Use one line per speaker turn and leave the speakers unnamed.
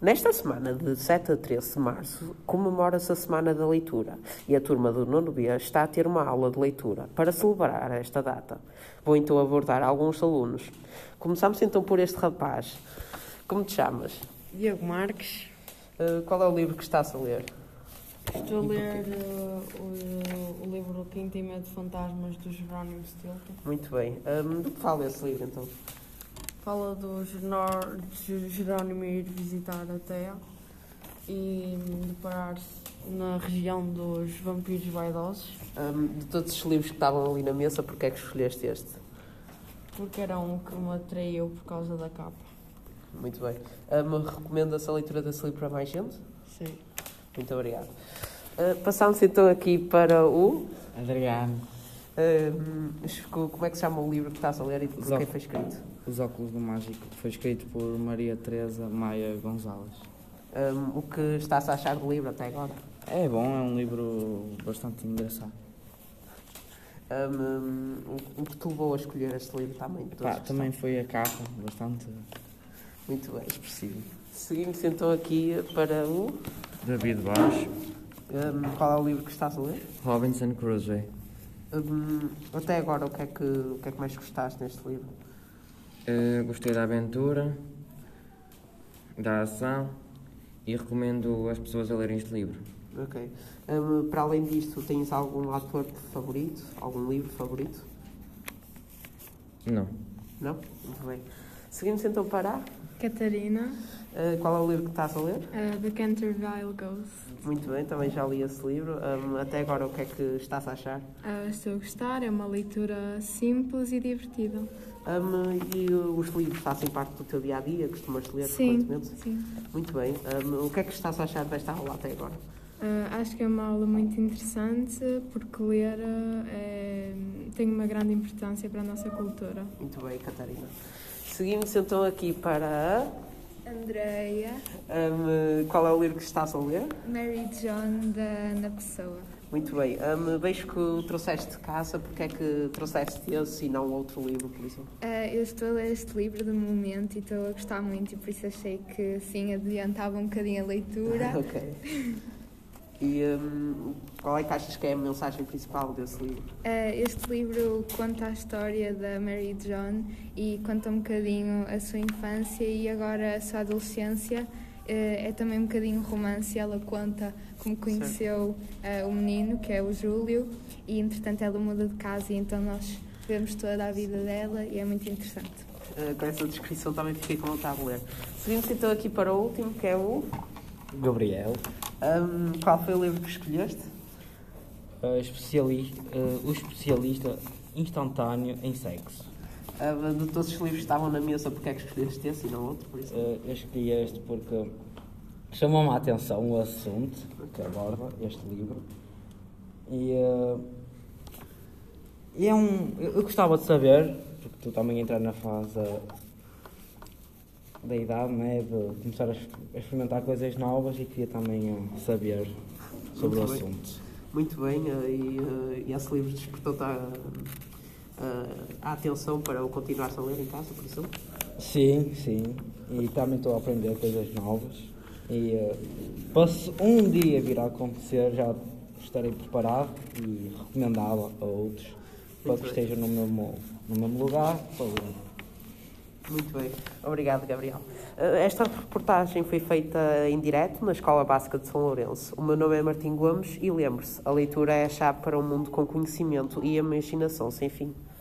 Nesta semana, de 7 a 13 de março, comemora-se a Semana da Leitura e a turma do Nono B está a ter uma aula de leitura para celebrar esta data. Vou então abordar alguns alunos. Começamos então por este rapaz. Como te chamas?
Diego Marques,
Eh, qual é o livro que estás a ler?
estou a ler uh, o, o livro Quintima de Fantasmas do Jerónimo Stilton.
Muito bem. Hum, do que fala esse livro então?
Fala do Genor- de Jerónimo ir visitar a Terra e deparar-se na região dos vampiros vaidosos,
Hum, de todos os livros que estavam ali na mesa, porque é que escolheste este?
porque era um que me atraiu por causa da capa.
Muito bem. Hum, Recomenda-se a leitura desse livro para mais gente?
Sim.
Muito obrigado. Uh, passamos então aqui para o.
Adriano,
hum, esco- como é que se chama o livro que estás a ler e por
Exato.
quem foi escrito?
Os Óculos do Mágico, foi escrito por Maria Teresa Maia Gonzalez.
Hum, o que estás a achar do livro até agora?
É bom, é um livro bastante engraçado.
Hum, hum, o- o que te levou a escolher este livro também? de todos
Pá,
que
também foi a capa, bastante
estão? Muito bem.
expressiva.
Seguimos então aqui para o.
David Vaz,
hum, qual é o livro que estás a ler?
Robinson Crusoe.
Hum, até agora, o que, é que, o que é que mais gostaste neste livro?
Eh, gostei da aventura, da ação e recomendo as pessoas a lerem este livro.
Ok. Hum, para além disto, tens algum autor favorito? Algum livro favorito?
Não.
Não? Muito bem. Seguimos então para. a-
Catarina,
Uh, qual é o livro que estás a ler?
uh, The Canterville Ghost.
Muito bem, também já li esse livro. Um, até agora, o que é que estás a achar?
Uh, estou a gostar, é uma leitura simples e divertida.
Um, e uh, os livros fazem parte do teu dia a dia? Costumas ler
Sim,
frequentemente?
sim.
Muito bem. Um, o que é que estás a achar desta aula até agora?
Uh, acho que é uma aula muito interessante porque ler uh, é- tem uma grande importância para a nossa cultura.
Muito bem, Catarina. Seguimos então aqui para. a-
Andreia,
Um, qual é o livro que estás a ler?
Mary John da Ana Pessoa.
Muito bem. Um, vejo que o trouxeste de casa. Porque é que trouxeste esse e não outro livro, por exemplo?
Ah,
Eh,
eu estou a ler este livro de momento e estou a gostar muito e por isso achei que sim, adiantava um bocadinho a leitura.
Ok. E um, qual é que achas que é a mensagem principal desse livro?
Ah, este livro conta a história da Mary John e conta um bocadinho a sua infância e agora a sua adolescência. Ah, é também um bocadinho romance, ela conta como conheceu ah, o menino, que é o Júlio, e entretanto ela muda de casa e então nós vemos toda a vida dela e é muito interessante.
Uh, com essa descrição também fiquei com vontade de ler. Seguimos então aqui para o último, que é o.
Gabriel,
Um, qual foi o livro que escolheste?
eh, especiali- eh, o especialista instantâneo em sexo.
Um, de todos os livros que estavam na mesa, porque é que escolheste esse e não outro, por isso?
Eh, eu escolhi este porque chamou-me a atenção o assunto que aborda este livro. E eh, e é um. Eu eu gostava de saber, porque tu também entras na fase da idade, né? De começar a ex- a experimentar coisas novas e queria também eh, saber sobre o
Muito bem.
assunto.
Muito bem, uh, e, uh, e esse livro despertou-te a, a- a atenção para o continuar a ler em casa, por exemplo?
Sim, sim. E também estou a aprender coisas novas. E eh, posso um dia vir a acontecer, já estarei preparado e recomendá-la a outros para que
bem.
estejam no mesmo, no mesmo lugar. para ler.
Muito bem, obrigado Gabriel. Eh, Esta reportagem foi feita em direto na Escola Básica de São Lourenço. O meu nome é Martim Gomes e lembre-se, a leitura é a chave para um mundo com conhecimento e imaginação sem fim.